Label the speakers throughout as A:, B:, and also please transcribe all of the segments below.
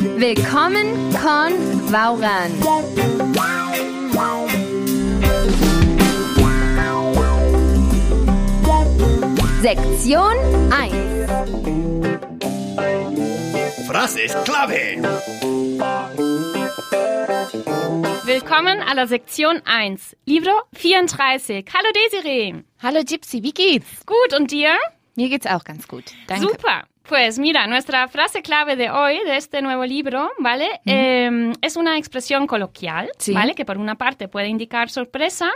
A: Willkommen con Vauran. Sektion 1.
B: Frases clave.
C: Willkommen à la Sektion 1, Libro 34. Hallo Desiree.
D: Hallo Gypsy, wie geht's?
C: Gut, und dir?
D: Mir geht's auch ganz gut. Danke.
C: Super. Pues mira, nuestra frase clave de hoy, de este nuevo libro, ¿vale? Eh, es una expresión coloquial,
D: Sí.
C: ¿vale? Que por una parte puede indicar sorpresa,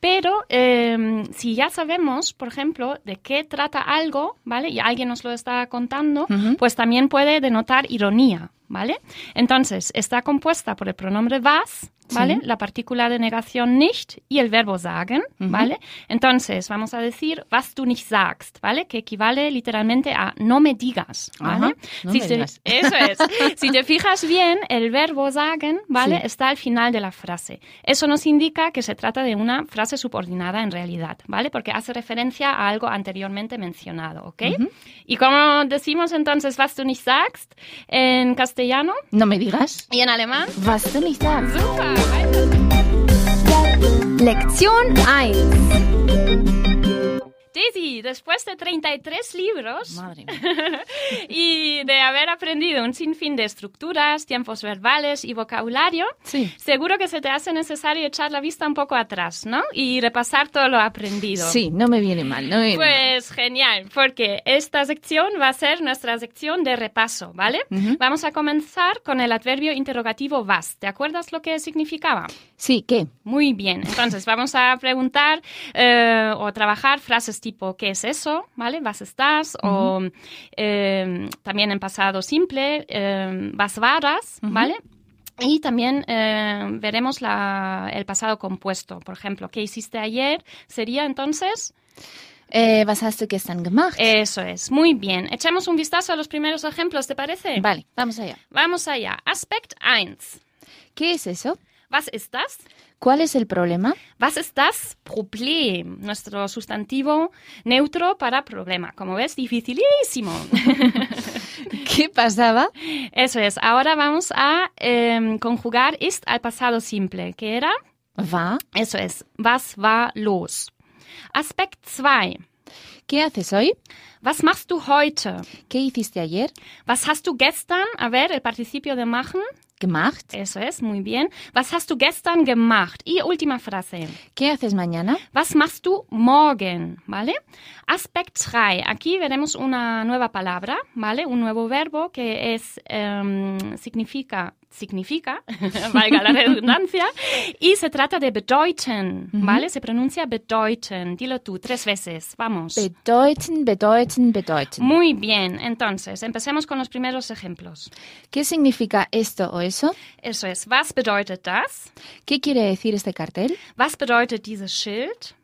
C: pero eh, si ya sabemos, por ejemplo, de qué trata algo, ¿vale? Y alguien nos lo está contando, pues también puede denotar ironía, ¿vale? Entonces, está compuesta por el pronombre vas, ¿vale? La partícula de negación nicht y el verbo sagen, ¿vale? Entonces, vamos a decir was du nicht sagst, ¿vale? Que equivale literalmente a no me digas, ¿vale?
D: Ajá, no me
C: te-
D: digas.
C: Eso es. si te fijas bien, el verbo sagen, ¿vale? Está al final de la frase. Eso nos indica que se trata de una frase subordinada en realidad, ¿vale? Porque hace referencia a algo anteriormente mencionado, ¿ok? Y como decimos entonces was du nicht sagst en castellano
D: No me digas,
C: y en alemán,
D: was du nicht sagst.
C: super.
A: Lektion 1.
C: Daisy, después de 33 libros
D: Madre mía.
C: y de haber aprendido un sinfín de estructuras, tiempos verbales y vocabulario,
D: Sí.
C: seguro que se te hace necesario echar la vista un poco atrás, ¿no? Y repasar todo lo aprendido.
D: Sí, no me viene mal, no me viene mal.
C: Pues genial, porque esta sección va a ser nuestra sección de repaso, ¿vale?
D: Pues.
C: Vamos a comenzar con el adverbio interrogativo vas. ¿Te acuerdas lo que significaba?
D: Sí, ¿qué?
C: Muy bien, entonces vamos a preguntar eh, o trabajar frases tipo ¿qué es eso? ¿Vale? ¿Vas estás? O eh, también en pasado simple, eh, ¿vas varas? ¿Vale? Y también eh, veremos la- el pasado compuesto. Por ejemplo, ¿qué hiciste ayer? Sería entonces,
D: Äh, was hast du gestern gemacht?
C: eso es, muy bien. Echemos un vistazo a los primeros ejemplos, ¿te parece?
D: Vale, vamos allá.
C: Vamos allá. Aspect 1.
D: ¿Qué es eso?
C: ¿Was ist das?
D: ¿Cuál es el problema?
C: Was ist das Problem? Nuestro sustantivo neutro para problema. Como ves, dificilísimo.
D: ¿Qué pasaba?
C: Eso es. Ahora vamos a em, conjugar ist al pasado simple, que era,
D: War.
C: eso es, was war los. Aspekt 2.
D: ¿Qué haces hoy?
C: Was machst du heute?
D: ¿Qué hiciste ayer?
C: Was hast du gestern? A ver, el participio de machen.
D: ¿Gemacht?
C: Eso es, muy bien. Was hast du gestern gemacht? Y última frase.
D: ¿Qué haces mañana?
C: Was machst du morgen? ¿Vale? Aspect 3. Aquí veremos una nueva palabra, ¿vale? Un nuevo verbo que es, em, significa, significa, valga la redundancia, y se trata de bedeuten, ¿vale? Se pronuncia bedeuten. Dilo tú tres veces, vamos.
D: Bedeuten, bedeuten, bedeuten.
C: Muy bien, entonces, empecemos con los primeros ejemplos.
D: ¿Qué significa esto o eso?
C: Eso es, was bedeutet das?
D: ¿Qué quiere decir este cartel?
C: Was bedeutet dieses Schild?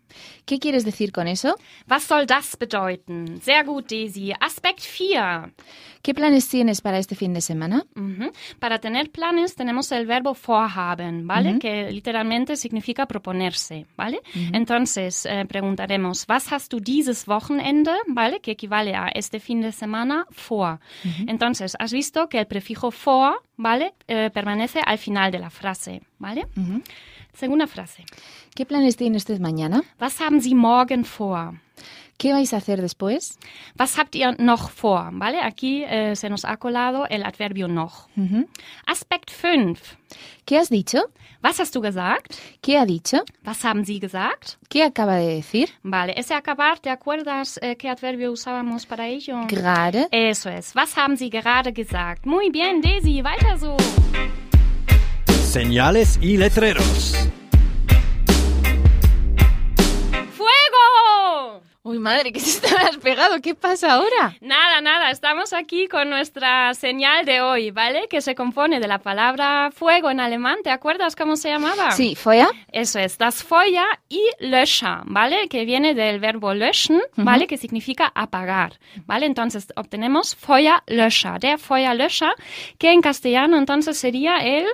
D: ¿Qué quieres decir con eso?
C: Was soll das bedeuten? Sehr gut, Daisy. Aspekt 4.
D: ¿Qué planes tienes para este fin de semana?
C: Ujú. Para tener planes tenemos el verbo vorhaben, ¿vale? Que literalmente significa proponerse, ¿vale? Entonces eh, preguntaremos, ¿was hast du dieses Wochenende? ¿Vale? Que equivale a este fin de semana vor. Entonces, has visto que el prefijo vor, ¿vale? Eh, permanece al final de la frase, ¿vale? Segunda frase.
D: ¿Qué planes tiene usted mañana?
C: Was haben Sie morgen vor?
D: ¿Qué vais a hacer después?
C: Was habt ihr noch vor? ¿Vale? Aquí eh, se nos ha colado el adverbio noch. Aspekt 5.
D: ¿Qué has dicho?
C: Was hast du gesagt?
D: ¿Qué ha dicho?
C: Was haben Sie gesagt?
D: ¿Qué acaba de decir?
C: Vale, ese acabar, ¿te acuerdas eh, qué adverbio usábamos para ello?
D: Gerade.
C: Eso es. Was haben Sie gerade gesagt? Muy bien, Daisy, weiter so.
B: Señales y letreros.
C: ¡Fuego!
D: Uy, madre, que se estabas pegado. ¿Qué pasa ahora?
C: Nada, nada, estamos aquí con nuestra señal de hoy, ¿vale? Que se compone de la palabra fuego en alemán, ¿te acuerdas cómo se llamaba?
D: Sí, fue a.
C: Eso es, das Feuer y löscher, ¿vale? Que viene del verbo löschen, ¿vale? Que significa apagar, ¿vale? Entonces obtenemos Feuerlöscher, der Feuerlöscher, que en castellano entonces sería el...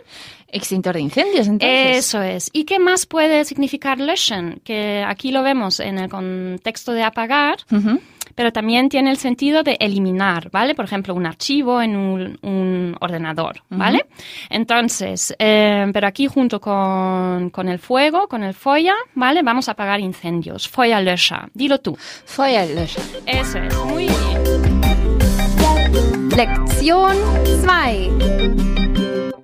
D: Extintor de incendios, entonces.
C: Eso es. ¿Y qué más puede significar löschen? Que aquí lo vemos en el contexto de apagar,
D: Ujú.
C: pero también tiene el sentido de eliminar, ¿vale? Por ejemplo, un archivo en un, un ordenador, ¿vale? Entonces, eh, pero aquí junto con, con el fuego, con el folla, ¿vale? Vamos a apagar incendios. Folla löscher. Dilo tú.
D: Feuerlöscher.
C: Eso es. Muy bien.
A: Lektion 2.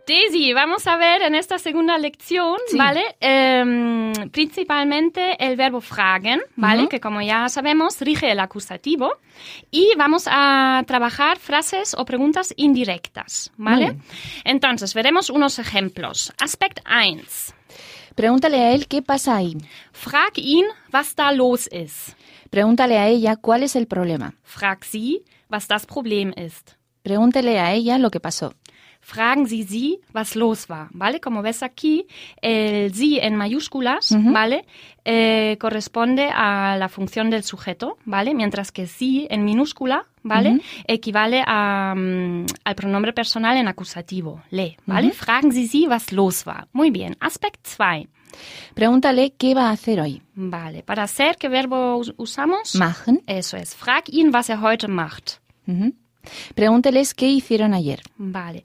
C: Daisy, vamos a ver en esta segunda lección,
D: Sí.
C: ¿vale? Em, principalmente el verbo fragen, ¿vale?
D: Ujú.
C: Que como ya sabemos rige el acusativo. Y vamos a trabajar frases o preguntas indirectas,
D: Muy
C: ¿vale?
D: bien.
C: Entonces, veremos unos ejemplos. Aspect 1.
D: Pregúntale a él qué pasa ahí.
C: Frag ihn, was da los ist.
D: Pregúntale a ella cuál es el problema.
C: Frag sie, was das Problem ist.
D: Pregúntele a ella lo que pasó.
C: Fragen Sie sie, was los war, ¿vale? Como ves aquí, el sie en mayúsculas, ¿vale? Eh, corresponde a la función del sujeto, ¿vale? Mientras que sie en minúscula, ¿vale? Equivale a, mm, al pronombre personal en acusativo, le, ¿vale? Fragen Sie sie, was los war. Muy bien. Aspect 2.
D: Pregúntale qué va a hacer hoy.
C: Vale. Para hacer, ¿qué verbo us- usamos?
D: Machen.
C: Eso es. Frag ihn, was er heute macht.
D: Ujú. Pregúnteles qué hicieron ayer.
C: Vale.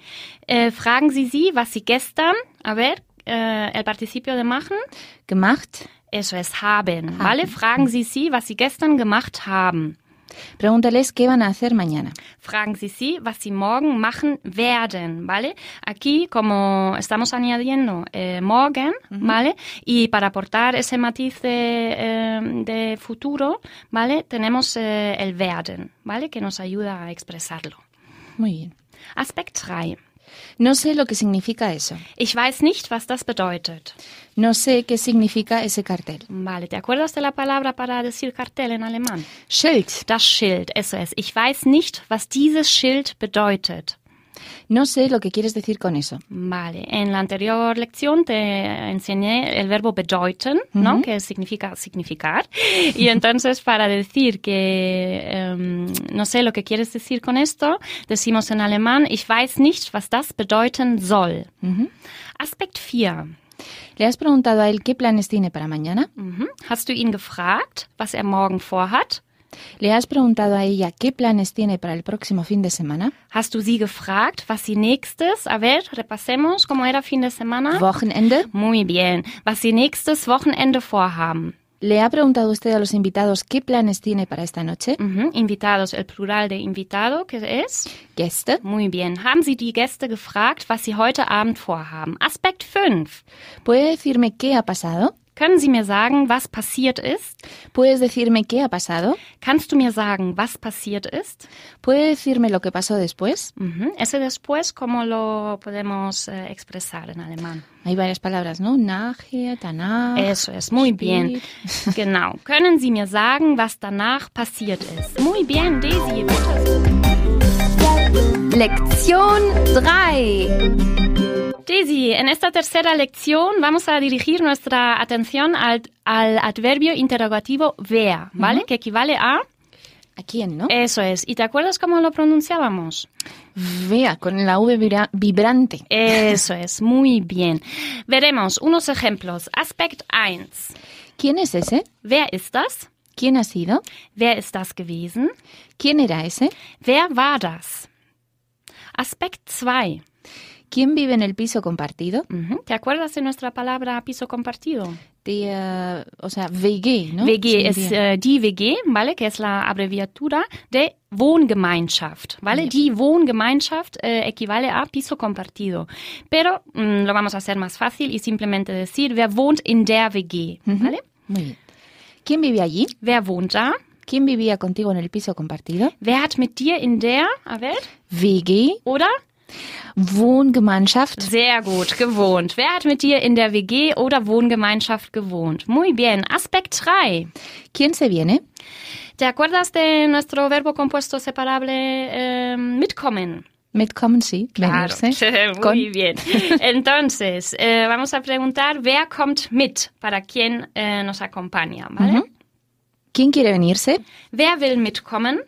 C: Eh, fragen Sie sie, was sie gestern, a ver, eh, el participio de machen.
D: Gemacht.
C: Eso es haben, ¿vale? Fragen Sie sie, was sie gestern gemacht haben.
D: Pregúntales qué van a hacer mañana.
C: Fragen Sie sie, was sie morgen machen werden, ¿vale? Aquí, como estamos añadiendo eh, morgen, ¿vale? Y para aportar ese matiz de, eh, de futuro, ¿vale? Tenemos eh, el werden, ¿vale? Que nos ayuda a expresarlo.
D: Muy bien.
C: Aspekt 3.
D: No sé lo que significa eso.
C: Ich weiß nicht, was das bedeutet.
D: No sé qué significa ese cartel.
C: Vale, ¿te acuerdas de la palabra para decir cartel en alemán?
D: Schild.
C: Das Schild, SOS. Ich weiß nicht, was dieses Schild bedeutet.
D: No sé lo que quieres decir con eso.
C: Vale, en la anterior lección te enseñé el verbo bedeuten, ¿no? Que significa significar. Y entonces para decir que em, no sé lo que quieres decir con esto, decimos en alemán, ich weiß nicht, was das bedeuten soll. Aspekt 4.
D: ¿Le has preguntado a él qué planes tiene para mañana?
C: Mhm. Hast du ihn gefragt, was er morgen vorhat?
D: ¿Le has preguntado a ella qué planes tiene para el próximo fin de semana?
C: Hast du sie gefragt, was sie nächstes, a ver, repasemos cómo era fin de semana?
D: Wochenende.
C: Muy bien. Was sie nächstes Wochenende vorhaben.
D: ¿Le ha preguntado usted a los invitados qué planes tiene para esta noche?
C: Mhm. Invitados, el plural de invitado, que es?
D: Gäste.
C: Muy bien. Haben Sie die Gäste gefragt, was sie heute Abend vorhaben? Aspekt 5.
D: ¿Puede decirme qué ha pasado?
C: Können Sie mir sagen, was passiert ist?
D: ¿Puedes decirme qué ha pasado?
C: Kannst du mir sagen, was passiert ist?
D: ¿Puede decirme lo que pasó después?
C: Mhm. Ese después, ¿cómo lo podemos eh, expresar en alemán?
D: Hay varias palabras, ¿no? Nachher, danach.
C: Eso es, muy bien. Genau. Können Sie mir sagen, was danach passiert ist? Muy bien, Daisy.
A: Lektion 3.
C: Daisy, en esta tercera lección vamos a dirigir nuestra atención al, al adverbio interrogativo wer, ¿vale? Que equivale a...
D: ¿A quién, no?
C: Eso es. ¿Y te acuerdas cómo lo pronunciábamos?
D: Vea, con la V vibra- vibrante.
C: Eso es, muy bien. Veremos unos ejemplos. Aspekt 1.
D: ¿Quién es ese?
C: Wer ist das?
D: ¿Quién ha sido?
C: Wer ist das gewesen?
D: ¿Quién era ese?
C: Wer war das? Aspekt 2.
D: ¿Quién vive en el piso compartido?
C: Ujú. ¿Te acuerdas de nuestra palabra piso compartido?
D: Der, o sea, WG, ¿no?
C: WG
D: Sería.
C: es äh, die WG, ¿vale? Que es la abreviatura de Wohngemeinschaft, ¿vale? Die Wohngemeinschaft eh, equivale a piso compartido. Pero mm, lo vamos a hacer más fácil y simplemente decir, wer wohnt in der WG, ¿vale?
D: Muy bien. ¿Quién vive allí?
C: Wer wohnt da?
D: ¿Quién vivía contigo en el piso compartido?
C: Wer hat mit dir in der, a ver,
D: WG,
C: oder?
D: Wohngemeinschaft.
C: Sehr gut, gewohnt. Wer hat mit dir in der WG oder Wohngemeinschaft gewohnt? Muy bien. Aspekt 3.
D: ¿Quién se viene?
C: ¿Te acuerdas de nuestro verbo compuesto separable eh, mitkommen?
D: Mitkommen, sí.
C: Claro.
D: venirse.
C: Muy
D: Con-
C: bien. Entonces, eh, vamos a preguntar, ¿wer kommt mit? Para quién eh, nos acompaña, ¿vale?
D: ¿Quién quiere venirse?
C: ¿Wer will mitkommen?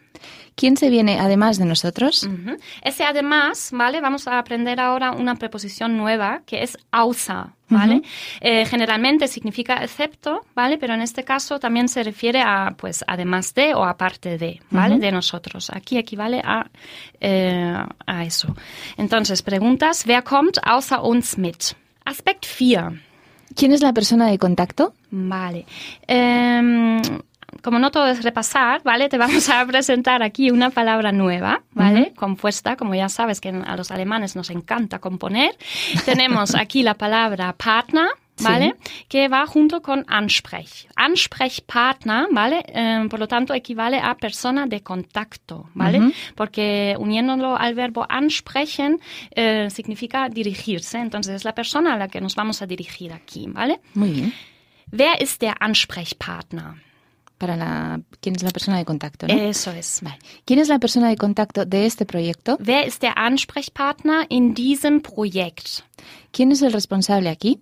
D: ¿Quién se viene además de nosotros?
C: Ujú. Ese además, ¿vale? Vamos a aprender ahora una preposición nueva que es außer, ¿vale? Eh, generalmente significa excepto, ¿vale? Pero en este caso también se refiere a, pues, además de o aparte de, ¿vale? De nosotros. Aquí equivale a, eh, a eso. Entonces, preguntas, ¿wer kommt außer uns mit? Aspekt 4.
D: ¿Quién es la persona de contacto?
C: Vale. Em, como no todo es repasar, ¿vale? Te vamos a presentar aquí una palabra nueva, ¿vale? Compuesta, como ya sabes que a los alemanes nos encanta componer. Tenemos aquí la palabra partner, ¿vale? Que va junto con Ansprech. Ansprechpartner, ¿vale? Em, por lo tanto, equivale a persona de contacto, ¿vale? Porque uniéndolo al verbo ansprechen eh, significa dirigirse. Entonces, es la persona a la que nos vamos a dirigir aquí, ¿vale?
D: Muy bien.
C: Wer ist der Ansprechpartner?
D: Para la, ¿Quién es la persona de contacto? ¿no?
C: Eso es.
D: Vale. ¿Quién es la persona de contacto de este proyecto?
C: Wer ist der Ansprechpartner in diesem Projekt?
D: ¿Quién es el responsable aquí?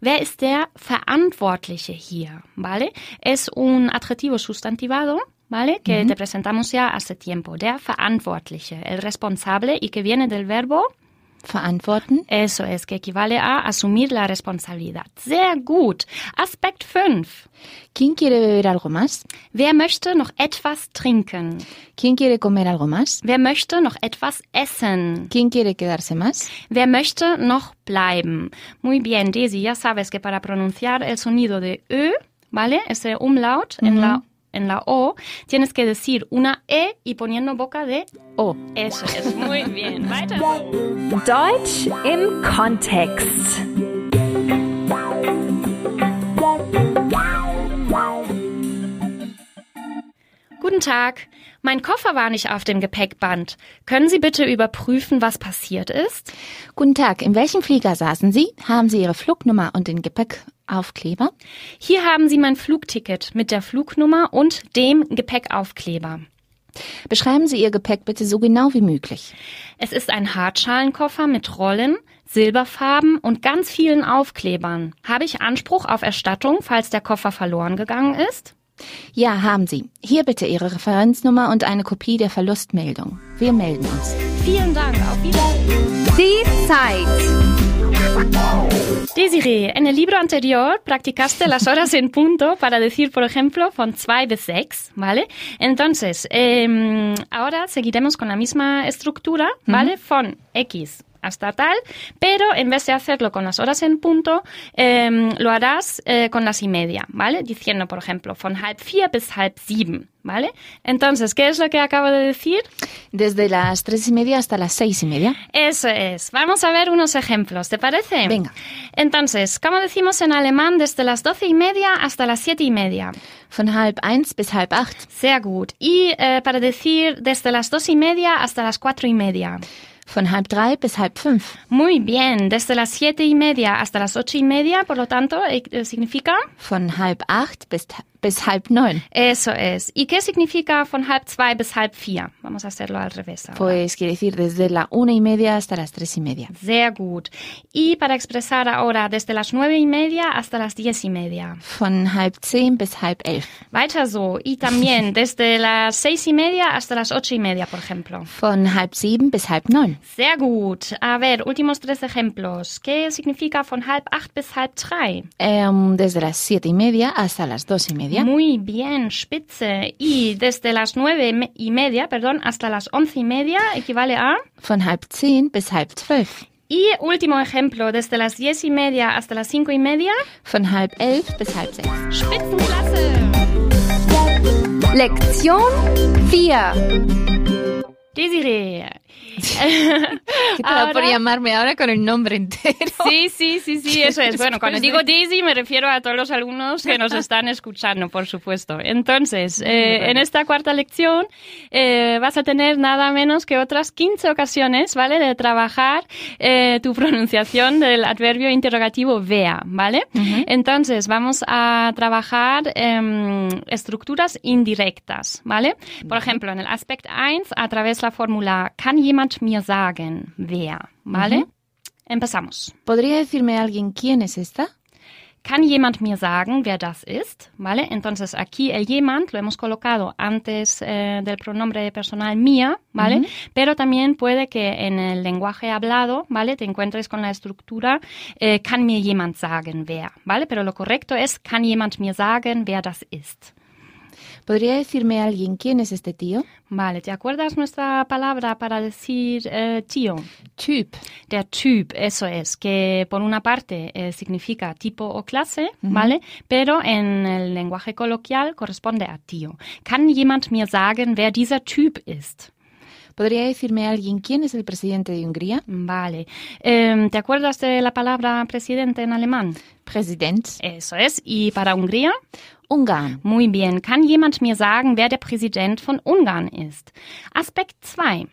C: Wer ist der Verantwortliche hier? ¿Vale? Es un adjetivo sustantivado, ¿vale? Que te presentamos ya hace tiempo. Der Verantwortliche, el responsable y que viene del verbo
D: Verantworten.
C: Eso es, que equivale a asumir la responsabilidad. Sehr gut. Aspekt 5.
D: ¿Quién quiere beber algo más?
C: Wer möchte noch etwas trinken?
D: ¿Quién quiere comer algo más?
C: Wer möchte noch etwas essen?
D: ¿Quién quiere quedarse más?
C: Wer möchte noch bleiben? Muy bien, Desi, ya sabes que para pronunciar el sonido de Ö, ¿vale? Ese umlaut en, la, en la O, tienes que decir una E y poniendo boca de O. Eso es, muy bien. Weiter so.
E: Deutsch im Kontext.
C: Guten Tag. Mein Koffer war nicht auf dem Gepäckband. Können Sie bitte überprüfen, was passiert ist?
D: Guten Tag, in welchem Flieger saßen Sie? Haben Sie Ihre Flugnummer und den Gepäckaufkleber?
C: Hier haben Sie mein Flugticket mit der Flugnummer und dem Gepäckaufkleber.
D: Beschreiben Sie Ihr Gepäck bitte so genau wie möglich.
C: Es ist ein Hartschalenkoffer mit Rollen, Silberfarben und ganz vielen Aufklebern. Habe ich Anspruch auf Erstattung, falls der Koffer verloren gegangen ist?
D: Ja, haben Sie. Hier bitte Ihre Referenznummer und eine Kopie der Verlustmeldung. Wir melden uns.
C: Vielen Dank, auf Wiedersehen.
A: Die Zeit.
C: Desiree, en el libro anterior practicaste las horas en punto para decir, por ejemplo, von zwei bis sechs, ¿vale? Entonces, em, ahora seguiremos con la misma estructura, ¿vale? Von X hasta tal, pero en vez de hacerlo con las horas en punto, em, lo harás eh, con las y media, ¿vale? Diciendo, por ejemplo, von halb vier bis halb sieben, ¿vale? Entonces, ¿qué es lo que acabo de decir?
D: Desde las tres y media hasta las seis y media.
C: Eso es. Vamos a ver unos ejemplos, ¿te parece?
D: Venga.
C: Entonces, ¿cómo decimos en alemán desde las doce y media hasta las siete y media?
D: Von halb eins bis halb acht.
C: Sehr gut. Y eh, para decir desde las dos y media hasta las cuatro y media.
D: Von halb drei bis halb fünf.
C: Muy bien. Desde las siete y media hasta las ocho y media, por lo tanto, eh, eh, significa.
D: Von halb acht bis, bis halb neun.
C: Eso es. ¿Y qué significa von halb zwei bis halb vier? Vamos a hacerlo al revés ahora.
D: Pues quiere decir desde la una y media hasta las tres y media.
C: Sehr gut. Y para expresar ahora desde las nueve y media hasta las diez y media.
D: Von halb zehn bis halb elf.
C: Weiter so. Y también desde las seis y media hasta las ocho y media, por ejemplo.
D: Von halb sieben bis halb neun.
C: Sehr gut. A ver, últimos tres ejemplos. ¿Qué significa von halb acht bis halb drei?
D: Em, desde las siete y media hasta las dos y media.
C: Muy bien, spitze. Y desde las nueve me- y media, perdón, hasta las once y media equivale a...
D: Von halb zehn bis halb zwölf.
C: Y último ejemplo, desde las diez y media hasta las cinco y media.
D: Von halb elf bis halb sechs.
C: Spitzenklasse.
A: Lektion 4.
C: Desiree.
D: ¿Qué te da por
C: Ahora-
D: llamarme ahora con el nombre entero?
C: Sí, sí, sí, sí, eso es. Bueno, cuando digo Daisy me refiero a todos los alumnos que nos están escuchando, por supuesto. Entonces, eh, en esta cuarta lección eh, vas a tener nada menos que otras 15 ocasiones, ¿vale? De trabajar eh, tu pronunciación del adverbio interrogativo vea, ¿vale? Entonces, vamos a trabajar em, estructuras indirectas, ¿vale? Por ejemplo, en el aspecto 1, a través de la fórmula ¿Kann jemand mir sagen? Wer, ¿vale? Empezamos.
D: ¿Podría decirme alguien quién es esta?
C: ¿Can jemand mir sagen, wer das ist? ¿Vale? Entonces aquí el jemand lo hemos colocado antes eh, del pronombre personal mía, ¿vale? Pero también puede que en el lenguaje hablado, ¿vale? Te encuentres con la estructura eh, kann mir jemand sagen, wer, ¿vale? Pero lo correcto es kann jemand mir sagen, wer das ist.
D: ¿Podría decirme alguien quién es este tío?
C: Vale, ¿te acuerdas nuestra palabra para decir eh, tío?
D: Typ.
C: Der Typ, eso es, que por una parte eh, significa tipo o clase, ¿vale? Pero en el lenguaje coloquial corresponde a tío. Kann jemand mir sagen, wer dieser Typ ist?
D: ¿Podría decirme alguien quién es el presidente de Hungría?
C: Vale. Em, ¿Te acuerdas de la palabra presidente en alemán?
D: Präsident.
C: Eso es. ¿Y para Hungría?
D: Ungarn.
C: Muy bien. Kann jemand mir sagen, wer der Präsident von Ungarn ist? Aspekt 2.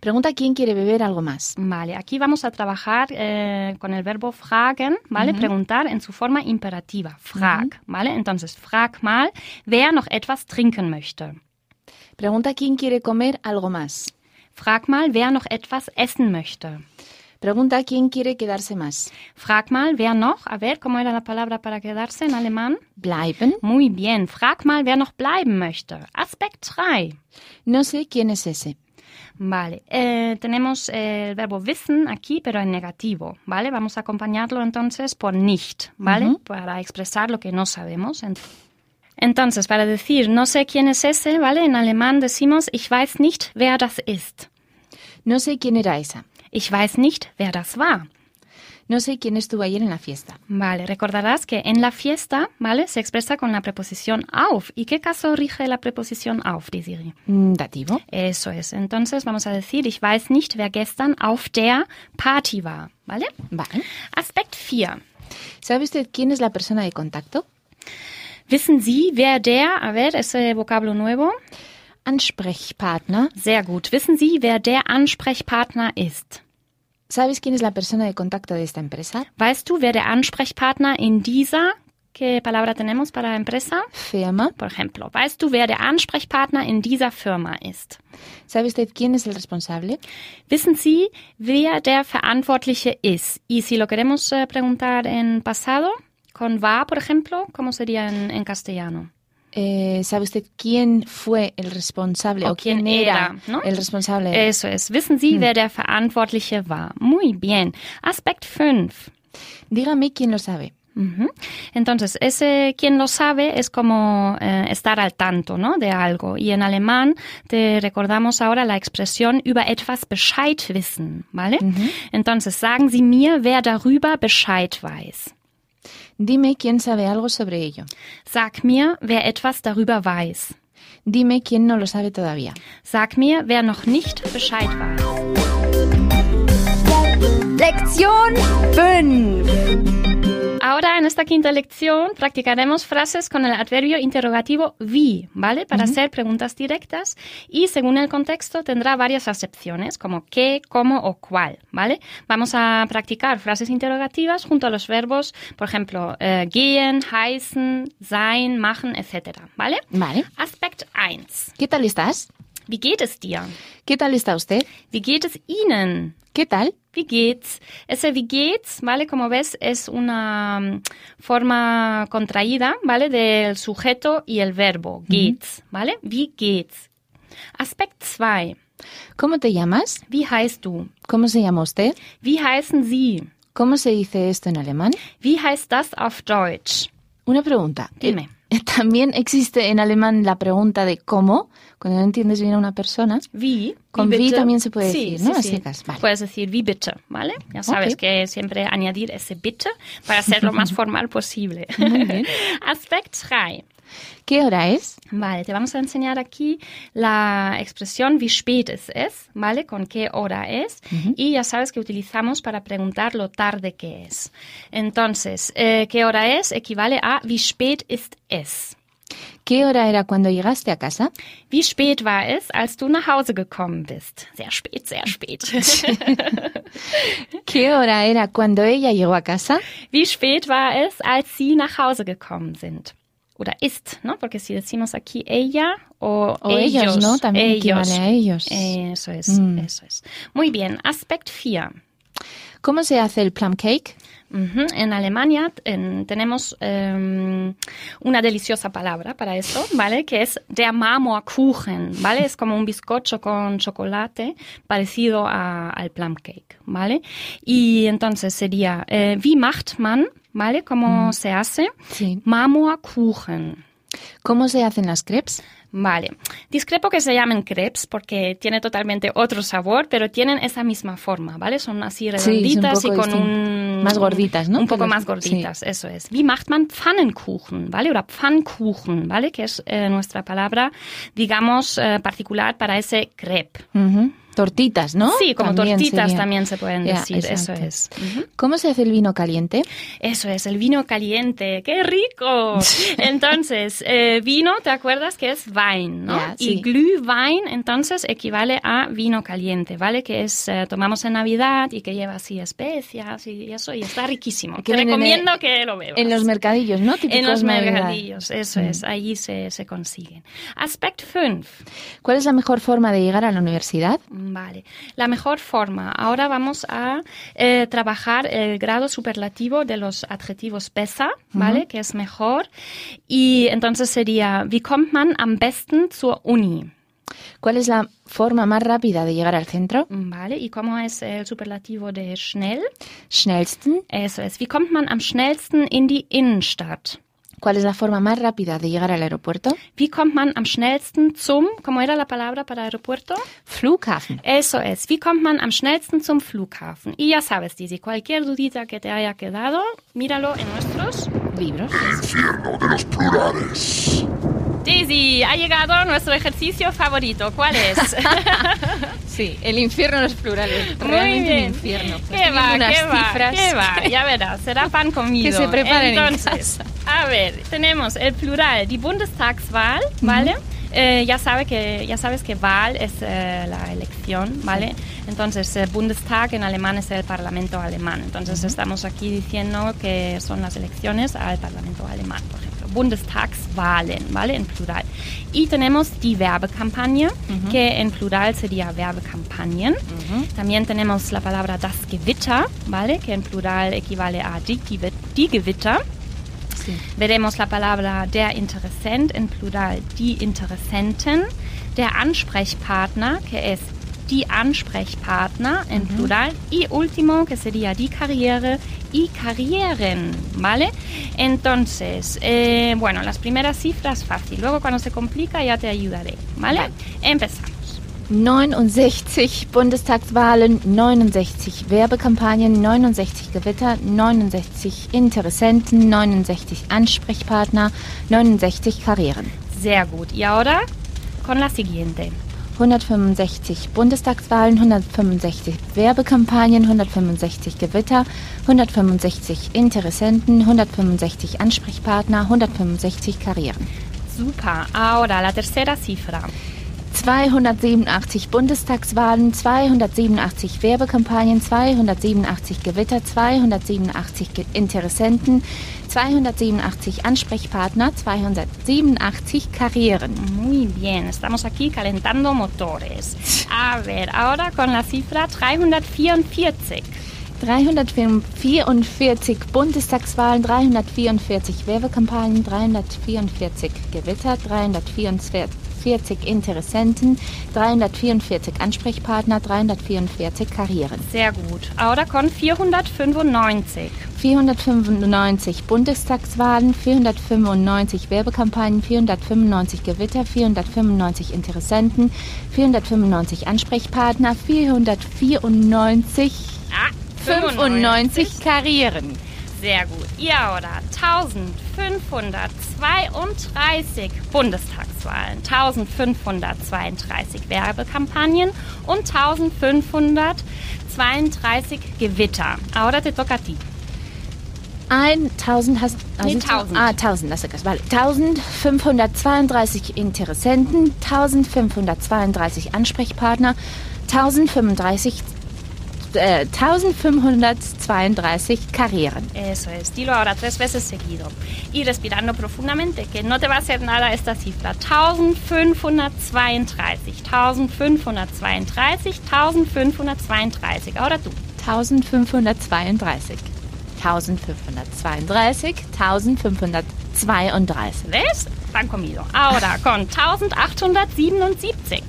D: Pregunta quién quiere beber algo más.
C: Vale, aquí vamos a trabajar eh, con el verbo fragen, ¿vale? Preguntar en su forma imperativa. Frag, ¿vale? Entonces, frag mal, wer noch etwas trinken möchte.
D: Pregunta quién quiere comer algo más.
C: Frag mal, wer noch etwas essen möchte.
D: Pregunta quién quiere quedarse más.
C: Frag mal, wer noch, a ver, ¿cómo era la palabra para quedarse en alemán?
D: Bleiben.
C: Muy bien, frag mal, wer noch bleiben möchte. Aspekt 3.
D: No sé quién es ese.
C: Vale, eh, tenemos eh, el verbo wissen aquí, pero en negativo, ¿vale? Vamos a acompañarlo entonces por nicht, ¿vale? Para expresar lo que no sabemos. Ent- Entonces, para decir no sé quién es ese, ¿vale? En alemán decimos ich weiß nicht, wer das ist.
D: No sé quién era esa.
C: Ich weiß nicht, wer das war.
D: No sé quién estuvo ayer en la fiesta.
C: Vale, recordarás que en la fiesta, ¿vale? Se expresa con la preposición auf. ¿Y qué caso rige la preposición auf, Desiree?
D: Mm, Dativo.
C: Eso es. Entonces vamos a decir, ich weiß nicht, wer gestern auf der Party war. ¿Vale?
D: Vale.
C: Aspekt 4.
D: ¿Sabe usted quién es la persona de contacto?
C: Wissen Sie, wer der, ah, a ver, ese vocablo nuevo.
D: Ansprechpartner.
C: Sehr gut. Wissen Sie, wer der Ansprechpartner ist?
D: ¿Sabes quién es la persona de contacto de esta empresa?
C: Weißt du, wer der Ansprechpartner in dieser, qué palabra tenemos para empresa?
D: Firma.
C: Por ejemplo, weißt du, wer der Ansprechpartner in dieser Firma ist?
D: ¿Sabe usted quién es el responsable?
C: Wissen Sie, wer der Verantwortliche ist? Y si lo queremos eh, preguntar en pasado, con va, por ejemplo, ¿cómo sería en, en castellano?
D: Eh, ¿Sabe usted quién fue el responsable
C: O
D: o, quién,
C: quién era,
D: era,
C: ¿no?
D: el responsable?
C: Eso es. Wissen Sie, wer der Verantwortliche war? Muy bien. Aspekt 5.
D: Dígame quién lo sabe.
C: Ujú. Entonces, ese quien lo sabe es como eh, estar al tanto ¿no? de algo. Y en alemán te recordamos ahora la expresión über etwas Bescheid wissen, ¿vale? Entonces, sagen Sie mir, wer darüber Bescheid weiß.
D: Dime quién sabe algo sobre ello.
C: Sag mir, wer etwas darüber weiß.
D: Dime quién no lo sabe todavía.
C: Sag mir, wer noch nicht Bescheid weiß.
A: Lektion 5.
C: Ahora, en esta quinta lección, practicaremos frases con el adverbio interrogativo wie, ¿vale? Para hacer preguntas directas y según el contexto tendrá varias acepciones, como qué, cómo o cuál, ¿vale? Vamos a practicar frases interrogativas junto a los verbos, por ejemplo, eh, gehen, heißen, sein, machen, etc., ¿vale?
D: Vale.
C: Aspekt 1.
D: ¿Qué tal estás?
C: Wie geht es dir?
D: ¿Qué tal está usted?
C: Wie geht es Ihnen?
D: ¿Qué tal?
C: Wie geht's? Ese wie geht's, ¿vale? Como ves, es una mm, forma contraída, ¿vale? Del sujeto y el verbo. Geht's, ¿vale? Wie geht's? Aspekt 2.
D: ¿Cómo te llamas?
C: Wie heißt du?
D: ¿Cómo se llama usted?
C: Wie heißen Sie?
D: ¿Cómo se dice esto en alemán?
C: Wie heißt das auf Deutsch?
D: Una pregunta.
C: Dime.
D: Eh, También existe en alemán la pregunta de cómo, cuando no entiendes bien a una persona.
C: Wie.
D: Con
C: wie
D: wie
C: bitte?
D: también se puede
C: Sí,
D: decir,
C: sí,
D: ¿no? A
C: sí.
D: secas, vale.
C: Puedes decir wie bitte, ¿vale? Ya sabes
D: Ok.
C: que siempre añadir ese bitte para ser lo más formal posible. Aspekt 3.
D: ¿Qué hora es?
C: Vale, te vamos a enseñar aquí la expresión wie spät es es, ¿vale? Con qué hora es. Y ya sabes que utilizamos para preguntar lo tarde que es. Entonces, eh, ¿qué hora es? Equivale a wie spät ist es.
D: ¿Qué hora era cuando llegaste a casa?
C: Wie spät war es, als du nach Hause gekommen bist? Sehr spät, sehr spät.
D: ¿Qué hora era cuando ella llegó a casa?
C: wie spät war es, als sie nach Hause gekommen sind? Oder ist, ¿no? Porque si decimos aquí ella o,
D: O ellos, ¿no? También
C: ellos. Eh,
D: equivale a ellos.
C: Eso es, eso es. Muy bien, Aspekt 4.
D: ¿Cómo se hace el plum cake?
C: Ujú, En Alemania en- tenemos em, una deliciosa palabra para esto, ¿vale? Que es der Marmorkuchen, ¿vale? Es como un bizcocho con chocolate parecido a- al Plum Cake, ¿vale? Y entonces sería, eh, wie macht man, ¿vale? ¿Cómo se hace?
D: Sí.
C: Marmorkuchen.
D: ¿Cómo se hacen las crepes?
C: Vale. Discrepo que se llamen crepes porque tiene totalmente otro sabor, pero tienen esa misma forma, ¿vale? Son así
D: es un
C: redonditas
D: poco
C: y con
D: distinto.
C: un...
D: Más gorditas, ¿no?
C: Un poco
D: Pero-
C: más gorditas, eso es. Wie macht man Pfannenkuchen, ¿vale? Oder Pfannkuchen, ¿vale? Que es eh, nuestra palabra, digamos, eh, particular para ese crepe.
D: Ujú. Tortitas, ¿no?
C: Sí, como
D: También
C: tortitas
D: sería.
C: también se pueden
D: Ya,
C: decir, eso
D: exacto.
C: es. Ujú.
D: ¿Cómo se hace el vino caliente?
C: Eso es, el vino caliente. ¡Qué rico! Entonces, eh, vino, ¿te acuerdas que es Wein? ¿no?
D: Ja, sí.
C: Y Glühwein, entonces, equivale a vino caliente, ¿vale? Que es, eh, tomamos en Navidad y que lleva así especias y eso, y está riquísimo.
D: Que
C: Te
D: venden en-
C: recomiendo que lo bebas.
D: En los mercadillos, ¿no? Típicos
C: En los
D: Navidad. Mm.
C: mercadillos, eso es, allí se, se consiguen. Aspect 5.
D: ¿Cuál es la mejor forma de llegar a la universidad?
C: Mm, Vale. La mejor forma. Ahora vamos a eh, trabajar el grado superlativo de los adjetivos besser, ¿vale? Que es mejor. Y entonces sería, wie kommt man am besten zur Uni?
D: ¿Cuál es la forma más rápida de llegar al centro?
C: Mm, ¿Vale? ¿Y cómo es el superlativo de schnell?
D: Schnellsten.
C: Eso es, wie kommt man am schnellsten in die Innenstadt?
D: ¿Cuál es la forma más rápida de llegar al aeropuerto?
C: Wie kommt man am schnellsten zum, ¿cómo era la palabra para aeropuerto?
D: Flughafen.
C: Eso es. Wie kommt man am schnellsten zum Flughafen? Y ya sabes, Dizzy, cualquier dudita que te haya quedado, míralo en nuestros
D: Libros.
C: Daisy, ha llegado nuestro ejercicio favorito. ¿Cuál es?
D: Sí, el infierno es plural. es Realmente un infierno.
C: ¿Qué
D: Estoy viendo
C: va,
D: pues unas
C: qué va,
D: cifras.
C: qué va? Ya verás, será pan comido.
D: Que se preparen en
C: Entonces, a ver, tenemos el plural, die Bundestagswahl, ¿vale? Eh, ya, sabe que, ya sabes que Wahl es eh, la elección, ¿vale? Entonces, eh, Bundestag en alemán es el Parlamento alemán. Entonces, estamos aquí diciendo que son las elecciones al Parlamento alemán, por ejemplo. Bundestagswahlen, ¿vale? En plural. Y tenemos die Werbekampagne, que en plural sería Werbekampagnen. También tenemos la palabra das Gewitter, ¿vale? Que en plural equivale a die, Gewi- die Gewitter.
D: Sí.
C: Veremos la palabra der Interessent, en plural die Interessenten. Der Ansprechpartner, que es die Ansprechpartner, en plural. Y último, que sería die Karriere y Karrieren, ¿vale? Entonces, eh, bueno, las primeras cifras fácil. Luego cuando se complica ya te ayudaré, ¿vale? Empezamos.
D: 69 Bundestagswahlen, 69 Werbekampagnen, 69 Gewitter, 69 Interessenten, 69 Ansprechpartner, 69 Karrieren.
C: Sehr gut. Y ahora con la siguiente.
D: 165 Bundestagswahlen, 165 Werbekampagnen, 165 Gewitter, 165 Interessenten, 165 Ansprechpartner, 165 Karrieren.
C: Super. Ahora la tercera cifra.
D: 287 Bundestagswahlen, 287 Werbekampagnen, 287 Gewitter, 287 Ge- Interessenten, 287 Ansprechpartner, 287 Karrieren.
C: Muy bien. Estamos aquí calentando motores. A ver, ahora con la cifra 344.
D: 344 Bundestagswahlen, 344 Werbekampagnen, 344 Gewitter, 344 Interessenten, 344 Ansprechpartner, 344 Karrieren.
C: Sehr gut. Ahora con 495.
D: 495 Bundestagswahlen, 495 Werbekampagnen, 495 Gewitter, 495 Interessenten, 495 Ansprechpartner, 494
C: Ah,
D: 95 Karrieren.
C: Sehr gut. Y ahora 1532 Bundestagswahlen, 1532 Werbekampagnen und 1532 Gewitter. Ahora te toca a ti.
D: 1000 hast,
C: Nee,
D: hast du-
C: 1000.
D: Ah, 1000, das ist egal. Vale. 1532 Interessenten, 1532 Ansprechpartner, 1035 äh, 1532 Karrieren.
C: Eso es, dilo ahora tres veces seguido. Y respirando profundamente, que no te va a hacer nada esta cifra. 1532, 1532, 1532. Ahora tú.
D: 1532. 1532, 1532.
C: ¿Ves? Pan comido. Ahora con 1877.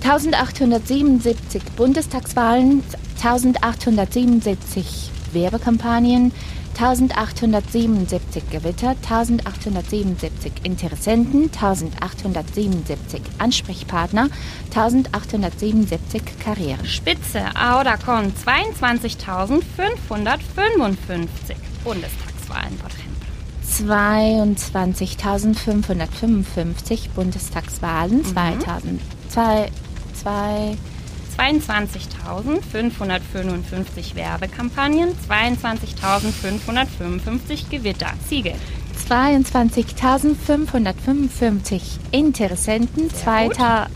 D: 1877 Bundestagswahlen, 1877 Werbekampagnen, 1877 Gewitter, 1877 Interessenten, 1877 Ansprechpartner, 1877 Karriere.
C: Spitze. Ahora con 22.555 Bundestagswahlen, por ejemplo.
D: 22.555 Bundestagswahlen 2000, zwei, zwei,
C: 22.555 Werbekampagnen, 22.555 Gewitter. Siegel.
D: 22.555 Interessenten, zweiter-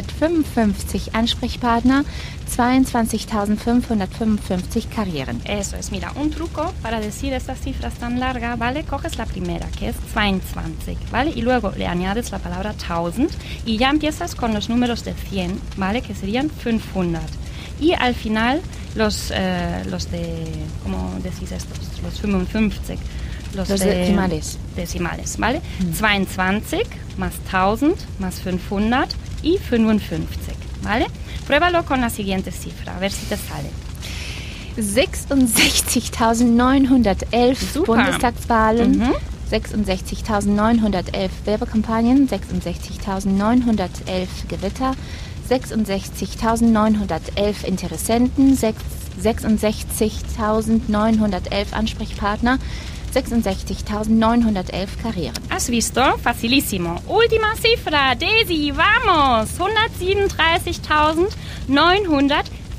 D: 22.555 Ansprechpartner, 22.555 Karrieren.
C: Eso es, mira, un truco para decir estas cifras tan largas, ¿vale? Coges la primera, que es 22, ¿vale? Y luego le añades la palabra 1000 y ya empiezas con los números de 100, ¿vale? Que serían 500. Y al final los, eh, los de, ¿cómo decís estos? Los 55.
D: Los decimales. Mm.
C: Decimales, ¿vale? 22 más 1000 más 500 y 55, ¿vale? Pruébalo con la siguiente cifra, a ver si te sale.
D: 66.911
C: Super.
D: Bundestagswahlen,
C: Mhm.
D: 66.911 Werbekampagnen, 66.911 Gewitter, 66.911 Interessenten, sechs- 66.911 Ansprechpartner, 66.911 Karrieren.
C: ¿Has visto? Facilísimo. Última cifra, Daisy, vamos.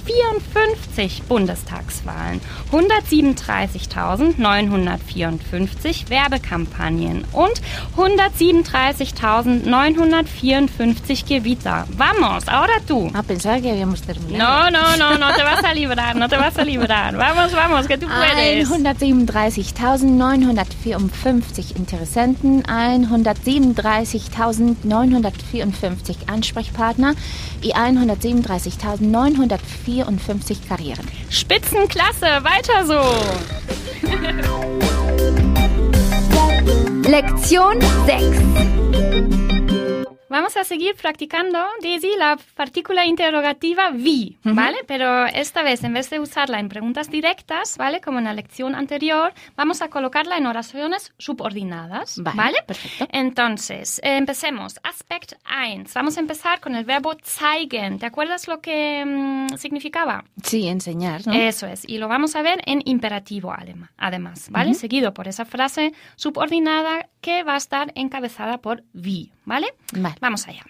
C: 137.954 Bundestagswahlen, 137.954 Werbekampagnen und 137.954 Gewitter. Vamos, ahora tú.
D: Ah, pensaba que habíamos
C: No,
D: terminado.
C: no, no, no te vas a librar, no te vas a librar. Vamos, vamos, que tú puedes.
D: 137.954 Interessenten, 137.954 Ansprechpartner, die 137.954 Karrieren.
C: Spitzenklasse, weiter so.
A: Lección 6.
C: Vamos a seguir practicando, Daisy, la partícula interrogativa wie, ¿vale? Pero esta vez, en vez de usarla en preguntas directas, ¿vale? Como en la lección anterior, vamos a colocarla en oraciones subordinadas,
D: Vale,
C: ¿vale?
D: perfecto.
C: Entonces, eh, empecemos. Aspekt 1. Vamos a empezar con el verbo zeigen. ¿Te acuerdas lo que mm, significaba?
D: Sí, enseñar, ¿no?
C: Eso es. Y lo vamos a ver en imperativo alema- además, ¿vale? Seguido por esa frase subordinada que va a estar encabezada por wie, ¿vale?
D: Vale.
C: Vamos allá.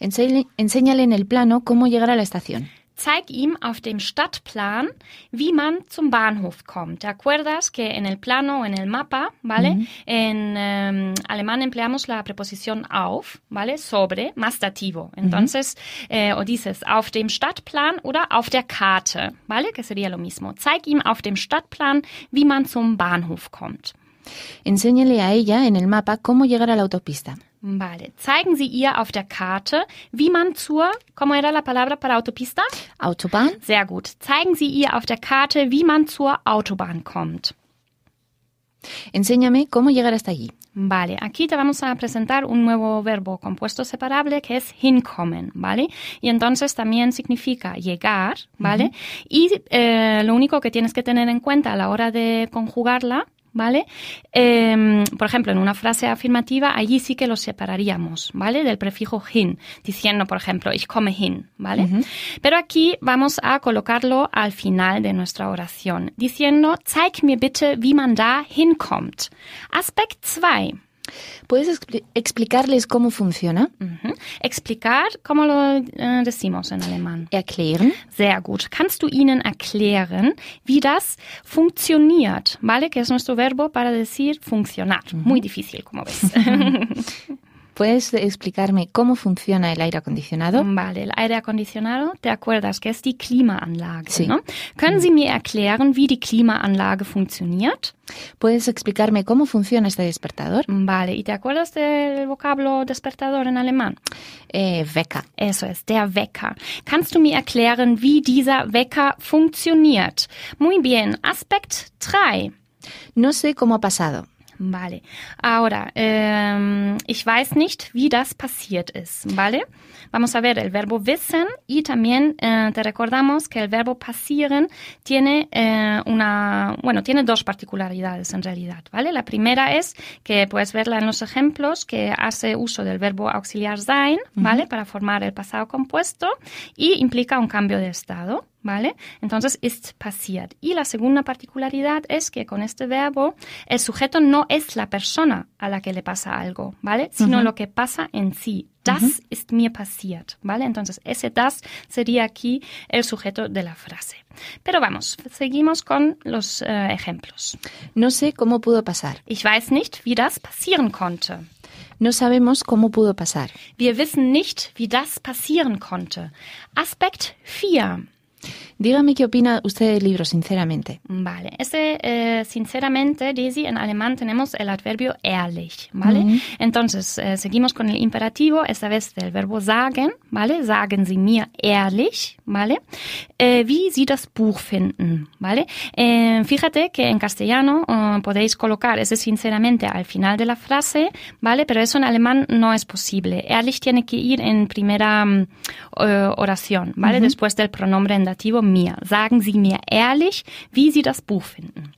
D: Ense- enséñale en el plano cómo llegar a la estación.
C: Zeig ihm auf dem Stadtplan, wie man zum Bahnhof kommt. ¿Te acuerdas que en el plano o en el mapa, ¿vale? En em, alemán empleamos la preposición auf, ¿vale? Sobre, más dativo. Entonces, eh, o dices auf dem Stadtplan oder auf der Karte, ¿vale? Que sería lo mismo. Zeig ihm auf dem Stadtplan, wie man zum Bahnhof kommt.
D: Enséñale a ella en el mapa cómo llegar a la autopista.
C: Vale. Zeigen Sie ihr auf der Karte, wie man zur, ¿cómo era la palabra para autopista?
D: Autobahn,
C: Sehr gut. Zeigen Sie ihr auf der Karte, wie man zur Autobahn kommt.
D: enséñame cómo llegar hasta allí.
C: Vale, aquí te vamos a presentar un nuevo verbo compuesto separable que es hinkommen, ¿vale? Y entonces también significa llegar, ¿vale? Y eh, lo único que tienes que tener en cuenta a la hora de conjugarla, ¿vale? Em, por ejemplo, en una frase afirmativa, allí sí que los separaríamos, ¿vale? Del prefijo hin, diciendo, por ejemplo, ich komme hin, ¿vale? Pero aquí vamos a colocarlo al final de nuestra oración, diciendo, zeig mir bitte, wie man da hinkommt. Aspekt 2.
D: ¿Puedes expli- explicarles cómo funciona?
C: Mhm. Explicar, ¿cómo lo eh, decimos en alemán?
D: Erklären.
C: Sehr gut. Kannst du ihnen erklären, wie das funktioniert? ¿Vale? Que es nuestro verbo para decir funcionar. Muy difícil, como ves.
D: ¿Puedes explicarme cómo funciona el aire acondicionado?
C: Vale, el aire acondicionado, te acuerdas que es die Klimaanlage,
D: Sí.
C: ne? Können Sie mir erklären, wie die Klimaanlage funktioniert?
D: ¿Puedes explicarme cómo funciona este despertador?
C: Vale, ¿y te acuerdas del vocablo despertador en alemán?
D: Eh, Wecker.
C: Eso es, der Wecker. Kannst du mir erklären, wie dieser Wecker funktioniert? Muy bien, Aspekt 3.
D: No sé cómo ha pasado.
C: Vale. Ahora, ähm, ich weiß nicht, wie das passiert ist. Vale. Vamos a ver el verbo wissen y también eh, te recordamos que el verbo passieren tiene eh, una, bueno, tiene dos particularidades en realidad, ¿vale? La primera es que puedes verla en los ejemplos que hace uso del verbo auxiliar sein, ¿vale? Para formar el pasado compuesto y implica un cambio de estado. ¿Vale? Entonces, ist passiert. Y la segunda particularidad es que con este verbo el sujeto no es la persona a la que le pasa algo, ¿vale? Sino lo que pasa en sí. Das ist mir passiert, ¿vale? Entonces, ese das sería aquí el sujeto de la frase. Pero vamos, seguimos con los eh, ejemplos.
D: No sé cómo pudo pasar.
C: Ich weiß nicht, wie das passieren konnte.
D: No sabemos cómo pudo pasar.
C: Wir wissen nicht, wie das passieren konnte. Aspekt 4.
D: Dígame qué opina usted del libro, sinceramente.
C: Vale, ese, eh, sinceramente, Daisy, en alemán tenemos el adverbio ehrlich, ¿vale? Entonces, eh, seguimos con el imperativo, esta vez del verbo sagen, ¿vale? Sagen Sie mir ehrlich, ¿vale? Eh, wie Sie das Buch finden, ¿vale? Eh, fíjate que en castellano eh, podéis colocar ese sinceramente al final de la frase, ¿vale? Pero eso en alemán no es posible. Ehrlich tiene que ir en primera mm, eh, oración, ¿vale? Después del pronombre en dativo mir. Sagen Sie mir ehrlich, wie Sie das Buch finden.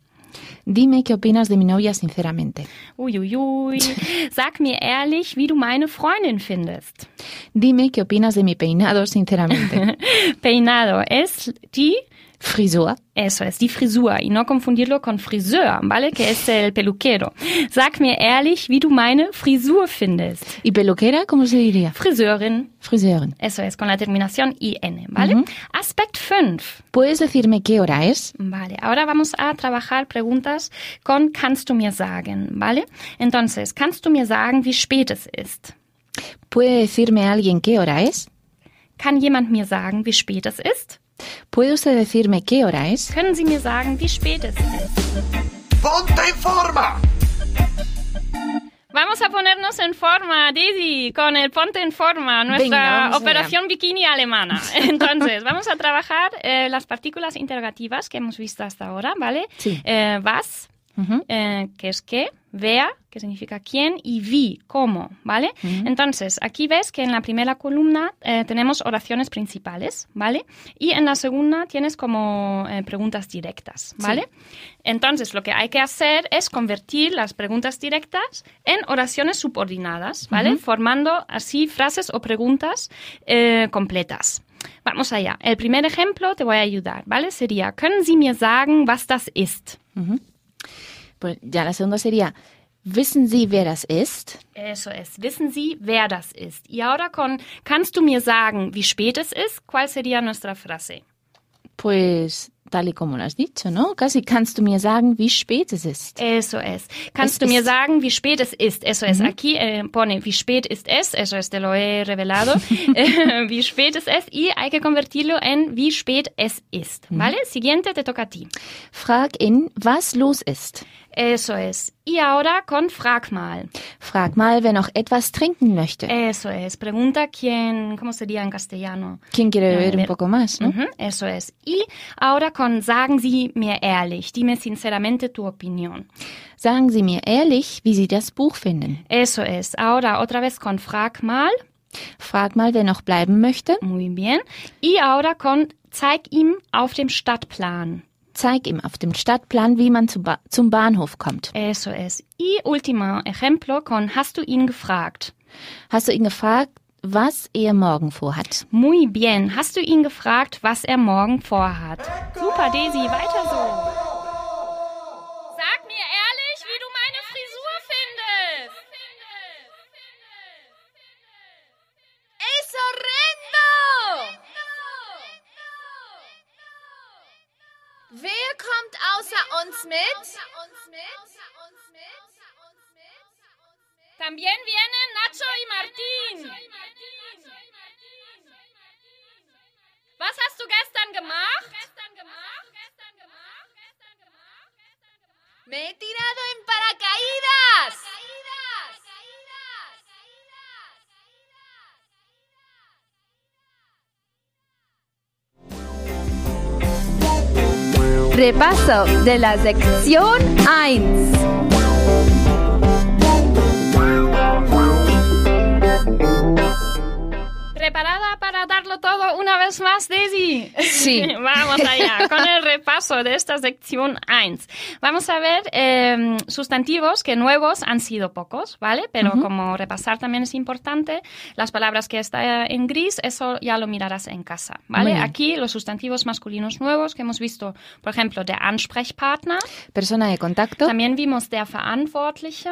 D: Dime qué opinas de mi novia, sinceramente.
C: Uiuiui. Sag mir ehrlich, wie du meine Freundin findest.
D: Dime qué opinas de mi peinado, sinceramente.
C: Peinado es die
D: Frisur.
C: Eso es, die Frisur. Y no confundirlo con Friseur, ¿vale? Que es el peluquero. Sag mir ehrlich, wie du meine Frisur findest.
D: ¿Y peluquera? ¿Cómo se diría?
C: Friseurin.
D: Friseurin.
C: Eso es, con la terminación IN, ¿vale? Aspekt 5.
D: ¿Puedes decirme qué hora es?
C: Vale, ahora vamos a trabajar preguntas con kannst du mir sagen, ¿vale? Entonces, kannst du mir sagen, wie spät es ist?
D: ¿Puede decirme alguien qué hora es?
C: Kann jemand mir sagen, wie spät es ist?
D: ¿Puede usted decirme qué hora es?
C: Können Sie mir sagen, wie spät es ist?
B: ¡Ponte en forma!
C: Vamos a ponernos en forma, Daisy, con el ponte en forma,
D: Venga,
C: nuestra
D: vamos allá.
C: operación bikini alemana. Entonces, vamos a trabajar eh, las partículas interrogativas que hemos visto hasta ahora, ¿vale?
D: Sí.
C: Eh, was,
D: Ujú.
C: eh, que es qué, vea, que significa quién, y vi, cómo, ¿vale? Entonces, aquí ves que en la primera columna eh, tenemos oraciones principales, ¿vale? Y en la segunda tienes como eh, preguntas directas, ¿vale? Entonces, lo que hay que hacer es convertir las preguntas directas en oraciones subordinadas, ¿vale? Formando así frases o preguntas eh, completas. Vamos allá. El primer ejemplo te voy a ayudar, ¿vale? Sería, ¿können Sie mir sagen, was das ist?
D: Pues ya la segunda sería, ¿wissen Sie, wer das ist?
C: Eso es. Wissen Sie, wer das ist? Y ahora con, ¿kannst du mir sagen, wie spät es ist? ¿Cuál sería nuestra frase?
D: Pues tal y como lo has dicho, ¿no? Casi kannst du mir sagen, wie spät es ist.
C: Eso es. ¿Kannst
D: Es
C: du mir
D: ist- Mhm.
C: sagen, wie spät es ist? Eso es. Aquí eh, pone, wie spät ist es? Eso es, te lo he revelado. Eh, wie spät es es? Y hay que convertirlo en, wie spät es ist.
D: Mhm.
C: ¿Vale? Siguiente, te toca a ti.
D: Frag ihn, was los ist.
C: Eso es. Y ahora con, frag mal.
D: Frag mal, wer noch etwas trinken möchte.
C: Eso es. Pregunta quién, ¿cómo sería en castellano?
D: ¿Quién quiere
C: Ja,
D: beber un
C: wer-
D: poco más, no?
C: Mhm, eso es. Y ahora con sagen Sie mir ehrlich, dime sinceramente tu opinión.
D: Sagen Sie mir ehrlich, wie Sie das Buch finden.
C: Eso es. Ahora otra vez con frag mal.
D: Frag mal, wer noch bleiben möchte.
C: Muy bien. Y ahora con zeig ihm auf dem Stadtplan.
D: Zeig ihm auf dem Stadtplan, wie man zu ba zum Bahnhof kommt.
C: Eso es. Y último ejemplo con hast du ihn gefragt.
D: Hast du ihn gefragt, was er morgen vorhat?
C: Muy bien. Hast du ihn gefragt, was er morgen vorhat? Super, Daisy, weiter so. Sag mir ehrlich, wie du meine Frisur findest.
F: Wer kommt außer uns mit?
C: También vienen Nacho y Martín. Was hast du gestern gemacht?
F: Me he tirado en paracaídas.
A: Repaso de la sección 1.
C: ¿Preparada para darlo todo una vez más, Daisy?
D: Sí.
C: Vamos allá, con el repaso de esta sección 1. Vamos a ver eh, sustantivos que nuevos han sido pocos, ¿vale? Pero como repasar también es importante, las palabras que está en gris, eso ya lo mirarás en casa,
D: Muy
C: ¿vale?
D: bien.
C: Aquí los sustantivos masculinos nuevos que hemos visto, por ejemplo, der Ansprechpartner,
D: Persona de contacto.
C: también vimos der Verantwortliche,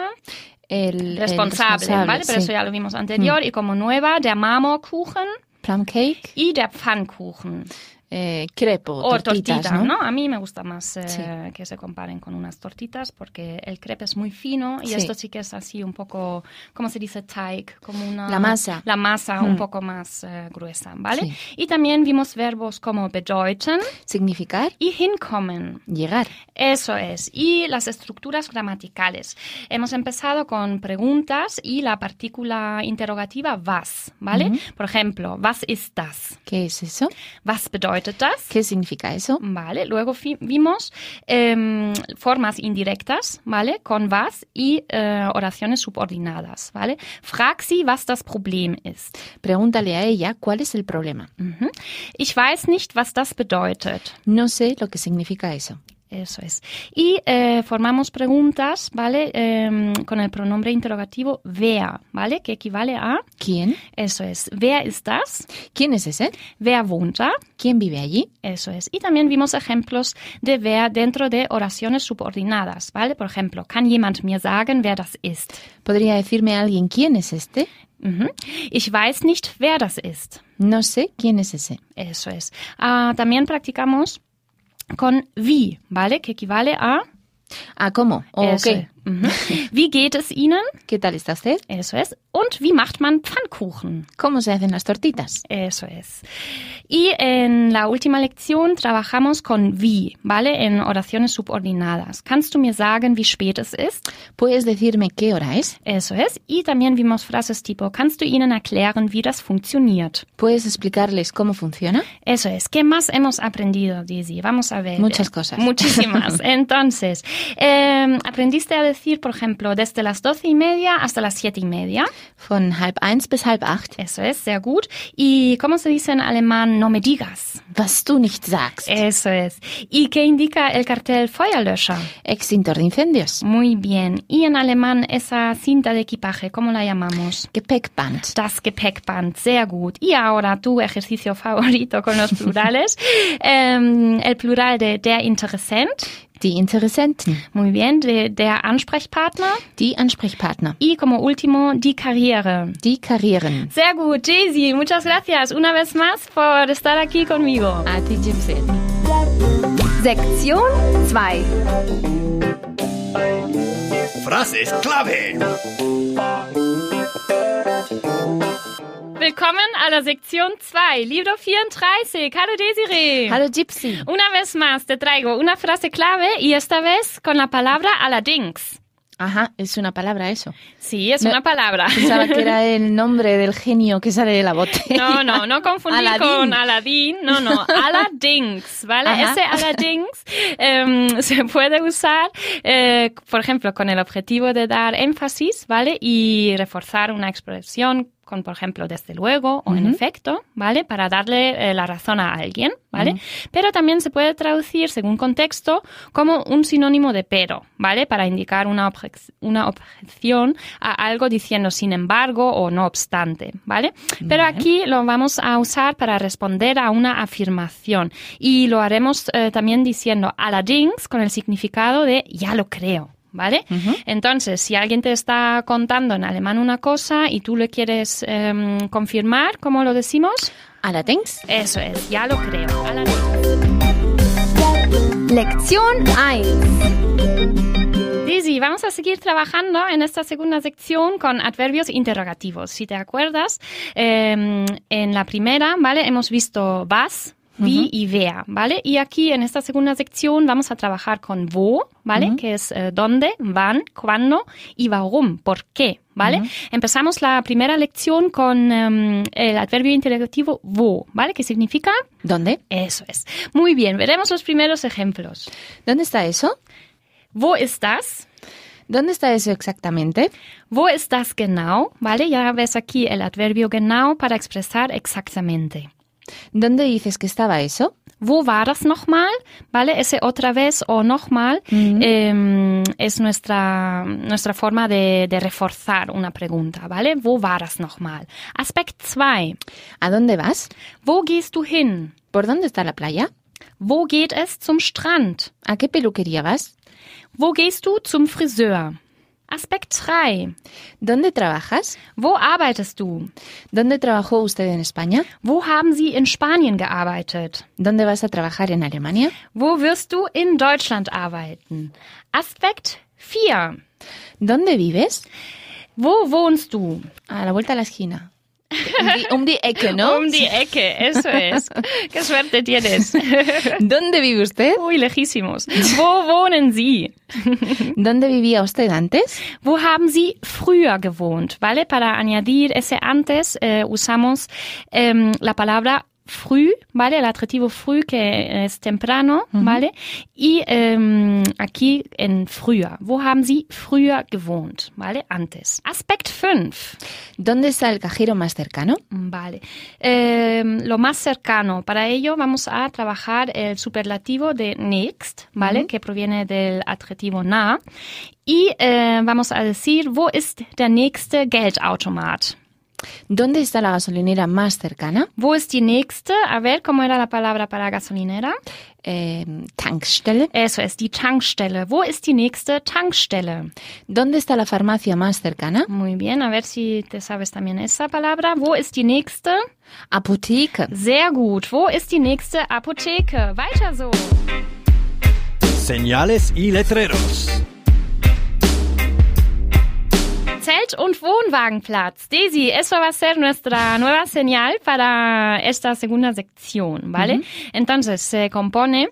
D: El, el
C: responsable, ¿vale? Pero
D: sí.
C: eso ya lo vimos anterior. Y como nueva, der Marmorkuchen
D: Plum Cake,
C: y der Pfannkuchen.
D: eh, crepo,
C: O
D: tortitas,
C: tortita,
D: ¿no?
C: ¿no? A mí me gusta más eh,
D: Sí.
C: que se comparen con unas tortitas porque el crepe es muy fino y
D: Sí.
C: esto sí que es así un poco, ¿cómo se dice? Teig, como una...
D: La masa. Mm.
C: La masa un poco más eh, gruesa, ¿vale? Y también vimos verbos como bedeuten
D: Significar,
C: y hinkommen.
D: llegar.
C: Eso es. Y las estructuras gramaticales. Hemos empezado con preguntas y la partícula interrogativa was, ¿vale? Por ejemplo, was ist das?
D: ¿Qué es eso?
C: Was bedeutet das?
D: ¿Qué significa eso?
C: Vale, luego fi- vimos em, formas indirectas, ¿vale? Con was y eh, oraciones subordinadas, ¿vale? Frag sie, was das Problem ist.
D: Pregúntale a ella cuál es el problema.
C: Mhm. Ich weiß nicht, was das bedeutet.
D: No sé lo que significa eso.
C: Eso es. Y eh, formamos preguntas, ¿vale? Em, con el pronombre interrogativo wer, ¿vale? Que equivale a,
D: ¿Quién?
C: eso es, wer ist das?
D: ¿Quién es ese?
C: Wer wohnt da?
D: ¿Quién vive allí?
C: Eso es. Y también vimos ejemplos de wer dentro de oraciones subordinadas, ¿vale? Por ejemplo, ¿kann jemand mir sagen, wer das ist?
D: ¿Podría decirme alguien quién es este?
C: Mhm. Ich weiß nicht, wer das ist.
D: No sé quién es ese.
C: Eso es. Ah, también practicamos con wie, ¿vale? Que equivale a...
D: Ah, ¿cómo? Oh,
C: Eso
D: ok.
C: es. Mhm. Wie geht es Ihnen?
D: ¿Qué tal está usted?
C: Eso es. Und wie macht man Pfannkuchen?
D: ¿Cómo se hacen las tortitas?
C: Eso es. Y en la última lección trabajamos con wie, ¿vale? En oraciones subordinadas. ¿Kannst du mir sagen, wie spät es ist?
D: ¿Puedes decirme qué hora es?
C: Eso es. Y también vimos frases tipo, ¿kannst du ihnen erklären, wie das funktioniert?
D: ¿Puedes explicarles cómo funciona?
C: Eso es. ¿Qué más hemos aprendido, Daisy? Vamos a ver.
D: Muchas cosas.
C: Eh, Muchísimas. Entonces, eh, aprendiste a decir, por ejemplo, desde las doce y media hasta las siete y media.
D: Von halb eins bis halb acht.
C: Eso es, sehr gut. ¿Y cómo se dice en alemán, no me digas?
D: Was du nicht sagst.
C: Eso es. ¿Y qué indica el cartel Feuerlöscher?
D: Extintor de incendios.
C: Muy bien. ¿Y en alemán esa cinta de equipaje, cómo la llamamos?
D: Gepäckband.
C: Das Gepäckband, sehr gut. Y ahora tu ejercicio favorito con los plurales. Em, el plural de der Interessent,
D: Die Interessenten.
C: muy bien, de, der Ansprechpartner.
D: Die Ansprechpartner.
C: Y como último, die Karriere.
D: Die Karrieren.
C: Sehr gut, Jaycee, muchas gracias una vez más por estar aquí conmigo.
D: A ti, Gypsy.
A: Sección 2.
B: Frases clave.
C: Willkommen a la sección 2, Libro 34. Hallo Desiree.
D: Hallo, Gypsy.
C: Una vez más te traigo una frase clave y esta vez con la palabra allerdings.
D: Ajá, es una palabra eso.
C: Sí, es
D: Me-
C: una palabra.
D: Pensaba que era el nombre del genio que sale de la botella.
C: No, no, no confundir
D: Aladdin.
C: con Aladdin. No, no, Aladdinks, ¿vale?
D: Ajá.
C: Ese Aladdinks em, se puede usar, eh, por ejemplo, con el objetivo de dar énfasis, ¿vale? Y reforzar una expresión con, por ejemplo, desde luego o en efecto, ¿vale? Para darle eh, la razón a alguien, ¿vale? Pero también se puede traducir, según contexto, como un sinónimo de pero, ¿vale? Para indicar una, objex- una objeción a algo diciendo sin embargo o no obstante, ¿vale? Pero aquí lo vamos a usar para responder a una afirmación y lo haremos eh, también diciendo allerdings con el significado de ya lo creo. ¿Vale? Entonces, si alguien te está contando en alemán una cosa y tú le quieres em, confirmar, ¿cómo lo decimos?
D: Allerdings.
C: Eso es, ya lo creo. Allerdings.
A: Lección 1.
C: Lizzie, vamos a seguir trabajando en esta segunda sección con adverbios interrogativos. Si te acuerdas, eh, en la primera, ¿vale? Hemos visto vas, vi y vea, ¿vale? Y aquí en esta segunda sección vamos a trabajar con wo, ¿vale? Que es eh, dónde, wann, cuándo y warum, por qué, ¿vale? Empezamos la primera lección con em, el adverbio interrogativo wo, ¿vale? Que significa
D: ¿Dónde?
C: eso es. Muy bien, veremos los primeros ejemplos.
D: ¿Dónde está eso?
C: Wo estás?
D: ¿Dónde está eso exactamente?
C: Wo ist das genau? Vale, ya ves aquí el adverbio genau para expresar exactamente.
D: ¿Dónde dices que estaba eso?
C: Wo war das nochmal? Vale, ese otra vez o nochmal em, es nuestra, nuestra forma de, de reforzar una pregunta, ¿vale? Wo war das nochmal? Aspekt 2.
D: ¿A dónde vas?
C: Wo gehst du hin?
D: ¿Por dónde está la playa?
C: Wo geht es zum Strand?
D: ¿A qué peluquería vas?
C: Wo gehst du zum Friseur? Aspekt 3.
D: ¿Dónde trabajas?
C: Wo arbeitest du?
D: ¿Dónde trabajó usted en España?
C: Wo haben sie in Spanien gearbeitet?
D: ¿Dónde vas a trabajar en Alemania?
C: Wo wirst du in Deutschland arbeiten? Aspekt 4.
D: ¿Dónde vives?
C: Wo wohnst du?
D: A la vuelta a la esquina. Um die, um die Ecke, ¿no?
C: Um die Ecke, eso es. Qué suerte tienes.
D: ¿Dónde vive usted?
C: Uy, lejísimos. Wo wohnen Sie?
D: ¿Dónde vivía usted antes?
C: Wo haben Sie früher gewohnt? Vale, para añadir ese antes eh, usamos em, la palabra früh, vale, el adjetivo früh que es temprano, vale, y em, aquí en früher. Wo haben Sie früher gewohnt? Vale, antes. Aspekt 5.
D: ¿Dónde está el cajero más cercano?
C: Mm, Vale. Em, lo más cercano. Para ello vamos a trabajar el superlativo de next, ¿vale? Que proviene del adjetivo nah. Y eh, vamos a decir, wo ist der nächste Geldautomat?
D: ¿Dónde está la gasolinera más cercana?
C: Wo ist die nächste? A ver, ¿cómo era la palabra para gasolinera?
D: Eh, ¿Tankstelle?
C: Eso es, die Tankstelle. Wo ist die nächste Tankstelle?
D: ¿Dónde está la farmacia más cercana?
C: Muy bien, a ver si te sabes también esa palabra. Wo ist die nächste?
D: Apotheke.
C: Sehr gut. Wo ist die nächste Apotheke? Weiter so.
B: Señales y letreros.
C: Zelt- und Wohnwagenplatz. Daisy, eso va a ser nuestra nueva señal para esta segunda sección, ¿vale? Entonces, se compone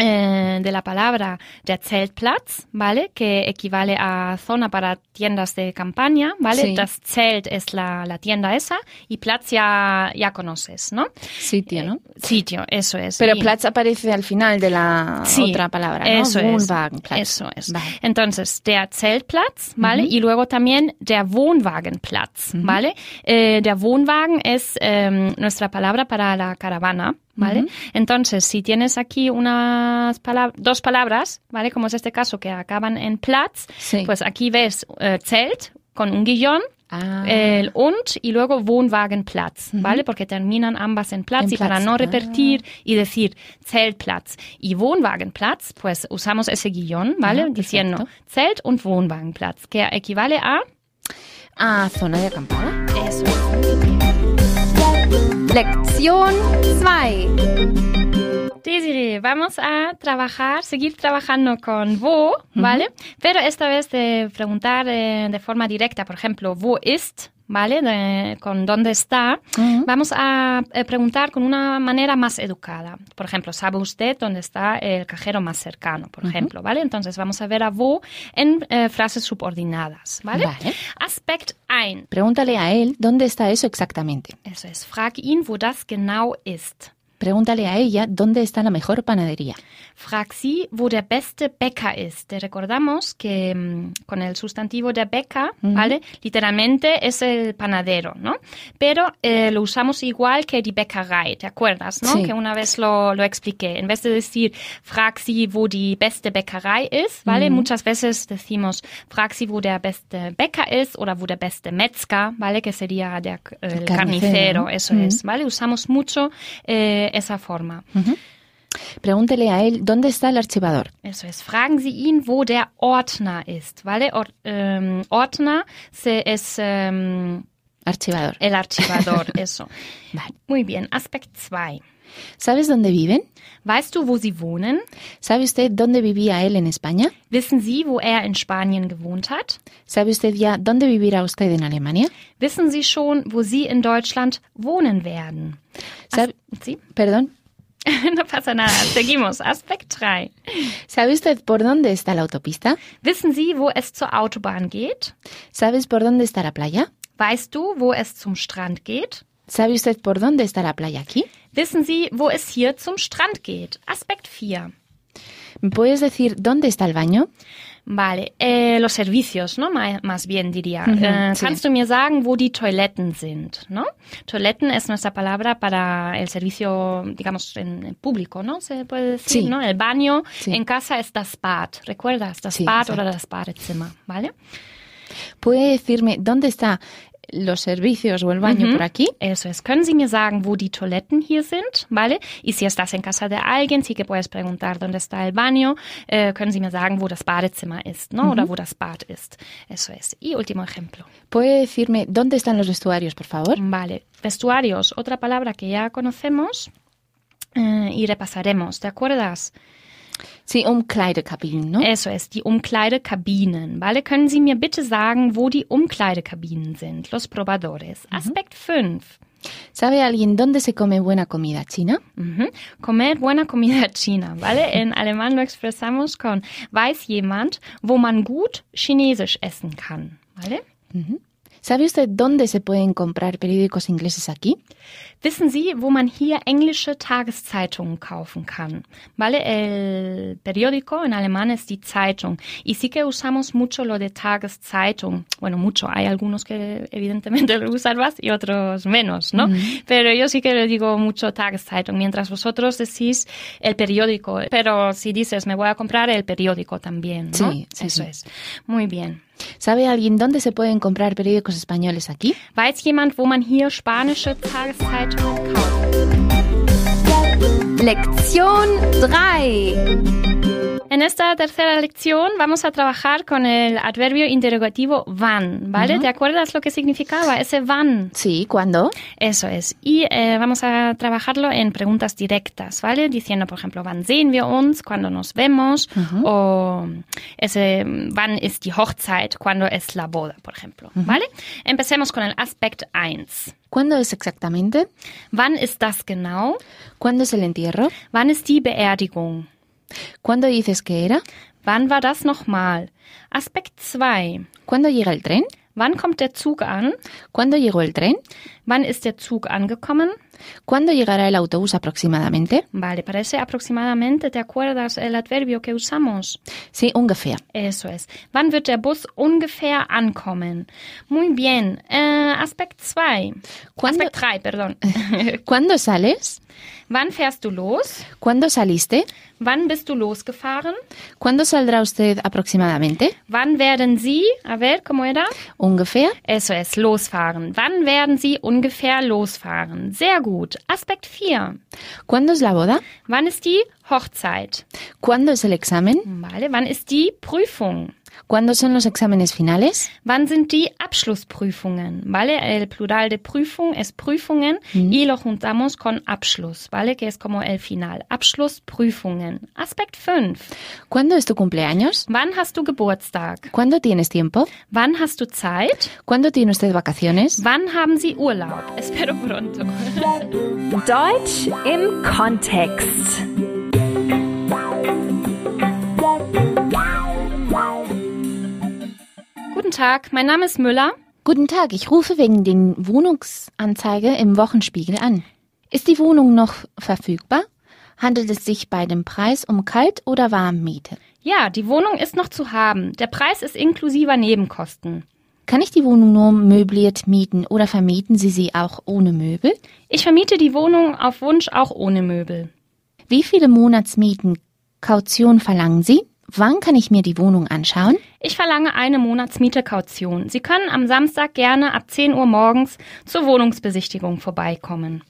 C: eh, de la palabra der Zeltplatz, ¿vale? Que equivale a zona para tiendas de campaña, ¿vale?
D: Sí.
C: Das Zelt es la, la tienda esa y Platz ya, ya conoces, ¿no?
D: Sitio,
C: Eh,
D: ¿no?
C: Sitio, eso es.
D: Pero
C: Y-
D: Platz aparece al final de la
C: Sí,
D: otra palabra, ¿no?
C: Eso es.
D: Wohnwagenplatz.
C: Eso es.
D: Vale.
C: Entonces, der Zeltplatz, ¿vale? Y luego también der Wohnwagenplatz, ¿vale? Eh, der Wohnwagen es em, nuestra palabra para la caravana. ¿Vale? Entonces, si tienes aquí unas palab- dos palabras, ¿vale? Como es este caso, que acaban en Platz,
D: Sí.
C: pues aquí ves eh, Zelt con un guión,
D: Ah.
C: el und y luego Wohnwagenplatz, ¿vale? Porque terminan ambas en Platz
D: En
C: y para
D: Platz,
C: no
D: ah.
C: repetir y decir Zeltplatz y Wohnwagenplatz, pues usamos ese guión, ¿vale?
D: Ah,
C: Diciendo
D: perfecto.
C: Zelt und Wohnwagenplatz, que equivale a
D: Ah, zona de acampada.
A: Lektion 2.
C: Desiree, vamos a trabajar, seguir trabajando con wo, ¿vale? Pero esta vez de preguntar eh, de forma directa, por ejemplo, wo ist, ¿vale? De- con dónde está. Vamos a eh, preguntar con una manera más educada. Por ejemplo, ¿sabe usted dónde está el cajero más cercano? Por ejemplo, ¿vale? Entonces vamos a ver a wo en eh, frases subordinadas, ¿vale?
D: Vale.
C: Aspekt 1.
D: Pregúntale a él dónde está eso exactamente.
C: Eso es, frag ihn, wo das genau ist.
D: Pregúntale a ella dónde está la mejor panadería.
C: Frag sie, wo der beste Bäcker ist. Te recordamos que mm, con el sustantivo de Bäcker, ¿vale? Literalmente es el panadero, ¿no? Pero eh, lo usamos igual que die Bäckerei, ¿te acuerdas, no?
D: Sí.
C: Que una vez lo, lo expliqué. En vez de decir, frag sie, wo die beste Bäckerei ist, ¿vale? Muchas veces decimos, frag sie, wo der beste Bäcker ist oder wo der beste Metzger, ¿vale? Que sería der, eh, el
D: carnicero,
C: carnicero,
D: ¿no?
C: eso es, ¿vale? Usamos mucho eh, esa forma.
D: Pregúntale a él dónde está el archivador.
C: Eso es. Fragen Sie ihn, wo der Ordner ist, ¿vale? Or- ähm, Ordner se- es ähm,
D: Archivador.
C: el archivador, eso.
D: Vale.
C: Muy bien, Aspekt 2.
D: ¿Sabes dónde viven?
C: Weißt du, wo sie wohnen?
D: ¿Sabe usted dónde vivía él en España?
C: Wissen Sie, wo er in Spanien gewohnt hat?
D: ¿Sabe usted ya dónde vivirá usted en Alemania?
C: Wissen Sie schon, wo Sie in Deutschland wohnen werden?
D: ¿Sabe,
C: ¿Sí?
D: perdón,
C: no pasa nada. Seguimos. Aspekt 3.
D: ¿sabe usted por dónde está la autopista?
C: Wissen Sie, wo es zur Autobahn geht?
D: ¿Sabes por dónde está la playa?
C: Weißt du, wo es zum Strand geht?
D: ¿Sabe usted por dónde está la playa aquí?
C: Wissen Sie, wo es hier zum Strand geht? Aspekt 4.
D: ¿Me puedes decir dónde está el baño?
C: Vale, eh, los servicios, ¿no? Ma- Más bien diría. eh,
D: sí.
C: Kannst du mir sagen, wo die Toiletten sind, ¿no? Toiletten es nuestra palabra para el servicio, digamos, en en público, ¿no? Se puede decir,
D: Sí.
C: ¿no? El baño
D: Sí.
C: en casa es das Bad, ¿recuerdas? Das
D: Sí,
C: Bad oder das Badezimmer, ¿vale?
D: ¿Puede decirme dónde está los servicios o el baño por aquí?
C: Eso es. Können Sie mir sagen, wo die Toiletten hier sind? ¿Vale? Y si estás en casa de alguien, sí que puedes preguntar, ¿dónde está el baño? Eh, können Sie mir sagen, wo das Badezimmer ist, ¿no? Oder wo das Bad ist. Eso es. Y último ejemplo.
D: ¿Puede decirme dónde están los vestuarios, por favor?
C: Vale. Vestuarios, otra palabra que ya conocemos eh, y repasaremos, ¿te acuerdas?
D: Sí, un Kleidekabinen, ¿no?
C: Eso es, die Umkleidekabinen, ¿vale? Können Sie mir bitte sagen, wo die Umkleidekabinen sind? Los probadores. Aspekt 5.
D: ¿Sabe alguien dónde se come buena comida china?
C: Mhm. Comer buena comida china, ¿vale? En alemán lo expresamos con weiß jemand, wo man gut chinesisch essen kann, ¿vale?
D: ¿Sabe usted dónde se pueden comprar periódicos ingleses aquí?
C: Wissen Sie, wo man hier englische Tageszeitungen kaufen kann? Vale, el periódico en alemán es die Zeitung. Y sí que usamos mucho lo de Tageszeitung. Bueno, mucho. Hay algunos que evidentemente lo usan más y otros menos, ¿no?
D: Mm.
C: Pero yo sí que le digo mucho Tageszeitung, mientras vosotros decís el periódico. Pero si dices, me voy a comprar el periódico también, ¿no?
D: Sí, sí,
C: Eso
D: sí.
C: es. Muy bien.
D: ¿Sabe alguien dónde se pueden comprar periódicos españoles aquí?
C: Weiß jemand, wo man hier spanische Tageszeitungen kauft?
A: Lektion 3.
C: En esta tercera lección vamos a trabajar con el adverbio interrogativo van, ¿vale? ¿Te acuerdas lo que significaba ese van?
D: Sí, ¿cuándo?
C: Eso es. Y eh, vamos a trabajarlo en preguntas directas, ¿vale? Diciendo, por ejemplo, wann sehen wir uns, cuando nos vemos, o ese wann ist die Hochzeit, cuando es la boda, por ejemplo, ¿vale? Empecemos con el aspect 1.
D: ¿Cuándo es exactamente?
C: Wann ist das genau?
D: ¿Cuándo es el entierro?
C: Wann ist die Beerdigung?
D: ¿Cuándo dices que era?
C: Wann war das nochmal? Aspekt 2.
D: ¿Cuándo llega el tren?
C: Wann kommt der Zug an?
D: ¿Cuándo llegó el tren?
C: Wann ist der Zug angekommen?
D: ¿Cuándo llegará el autobús aproximadamente?
C: Vale, parece aproximadamente, ¿te acuerdas el adverbio que usamos?
D: Sí, ungefähr.
C: Eso es. Wann wird der Bus ungefähr ankommen? Muy bien. Äh, Aspekt 2.
D: ¿Cuándo,
C: Aspekt 3, perdón.
D: ¿Cuándo sales?
C: Wann fährst du los?
D: ¿Cuándo saliste?
C: Wann bist du losgefahren?
D: ¿Cuándo saldrá usted aproximadamente?
C: Wann werden Sie, a ver, ¿cómo era?
D: Ungefähr.
C: Eso es, losfahren. Wann werden Sie ungefähr losfahren? Sehr gut. Aspekt 4.
D: ¿Cuándo es la boda?
C: Wann ist die Hochzeit?
D: ¿Cuándo es el examen?
C: Vale, wann ist die Prüfung?
D: ¿Cuándo son los exámenes finales?
C: Wann sind die Abschlussprüfungen? ¿Vale? El plural de prüfung es Prüfungen y lo juntamos con Abschluss, ¿vale? Que es como el final. Abschlussprüfungen. Aspekt 5.
D: ¿Cuándo es tu cumpleaños?
C: Wann hast du Geburtstag?
D: ¿Cuándo tienes tiempo?
C: Wann hast du Zeit?
D: ¿Cuándo tiene usted vacaciones?
C: Wann haben sie Urlaub? Espero pronto.
E: Deutsch im Kontext.
C: Guten Tag, mein Name ist Müller.
D: Guten Tag, ich rufe wegen den Wohnungsanzeige im Wochenspiegel an. Ist die Wohnung noch verfügbar? Handelt es sich bei dem Preis um Kalt- oder Warmmiete?
C: Ja, die Wohnung ist noch zu haben. Der Preis ist inklusiver Nebenkosten.
D: Kann ich die Wohnung nur möbliert mieten oder vermieten Sie sie auch ohne Möbel?
C: Ich vermiete die Wohnung auf Wunsch auch ohne Möbel.
D: Wie viele Monatsmieten Kaution verlangen Sie? Wann kann ich mir die Wohnung anschauen?
C: Ich verlange eine Monatsmiete Kaution. Sie können am Samstag gerne ab 10 Uhr morgens zur Wohnungsbesichtigung vorbeikommen.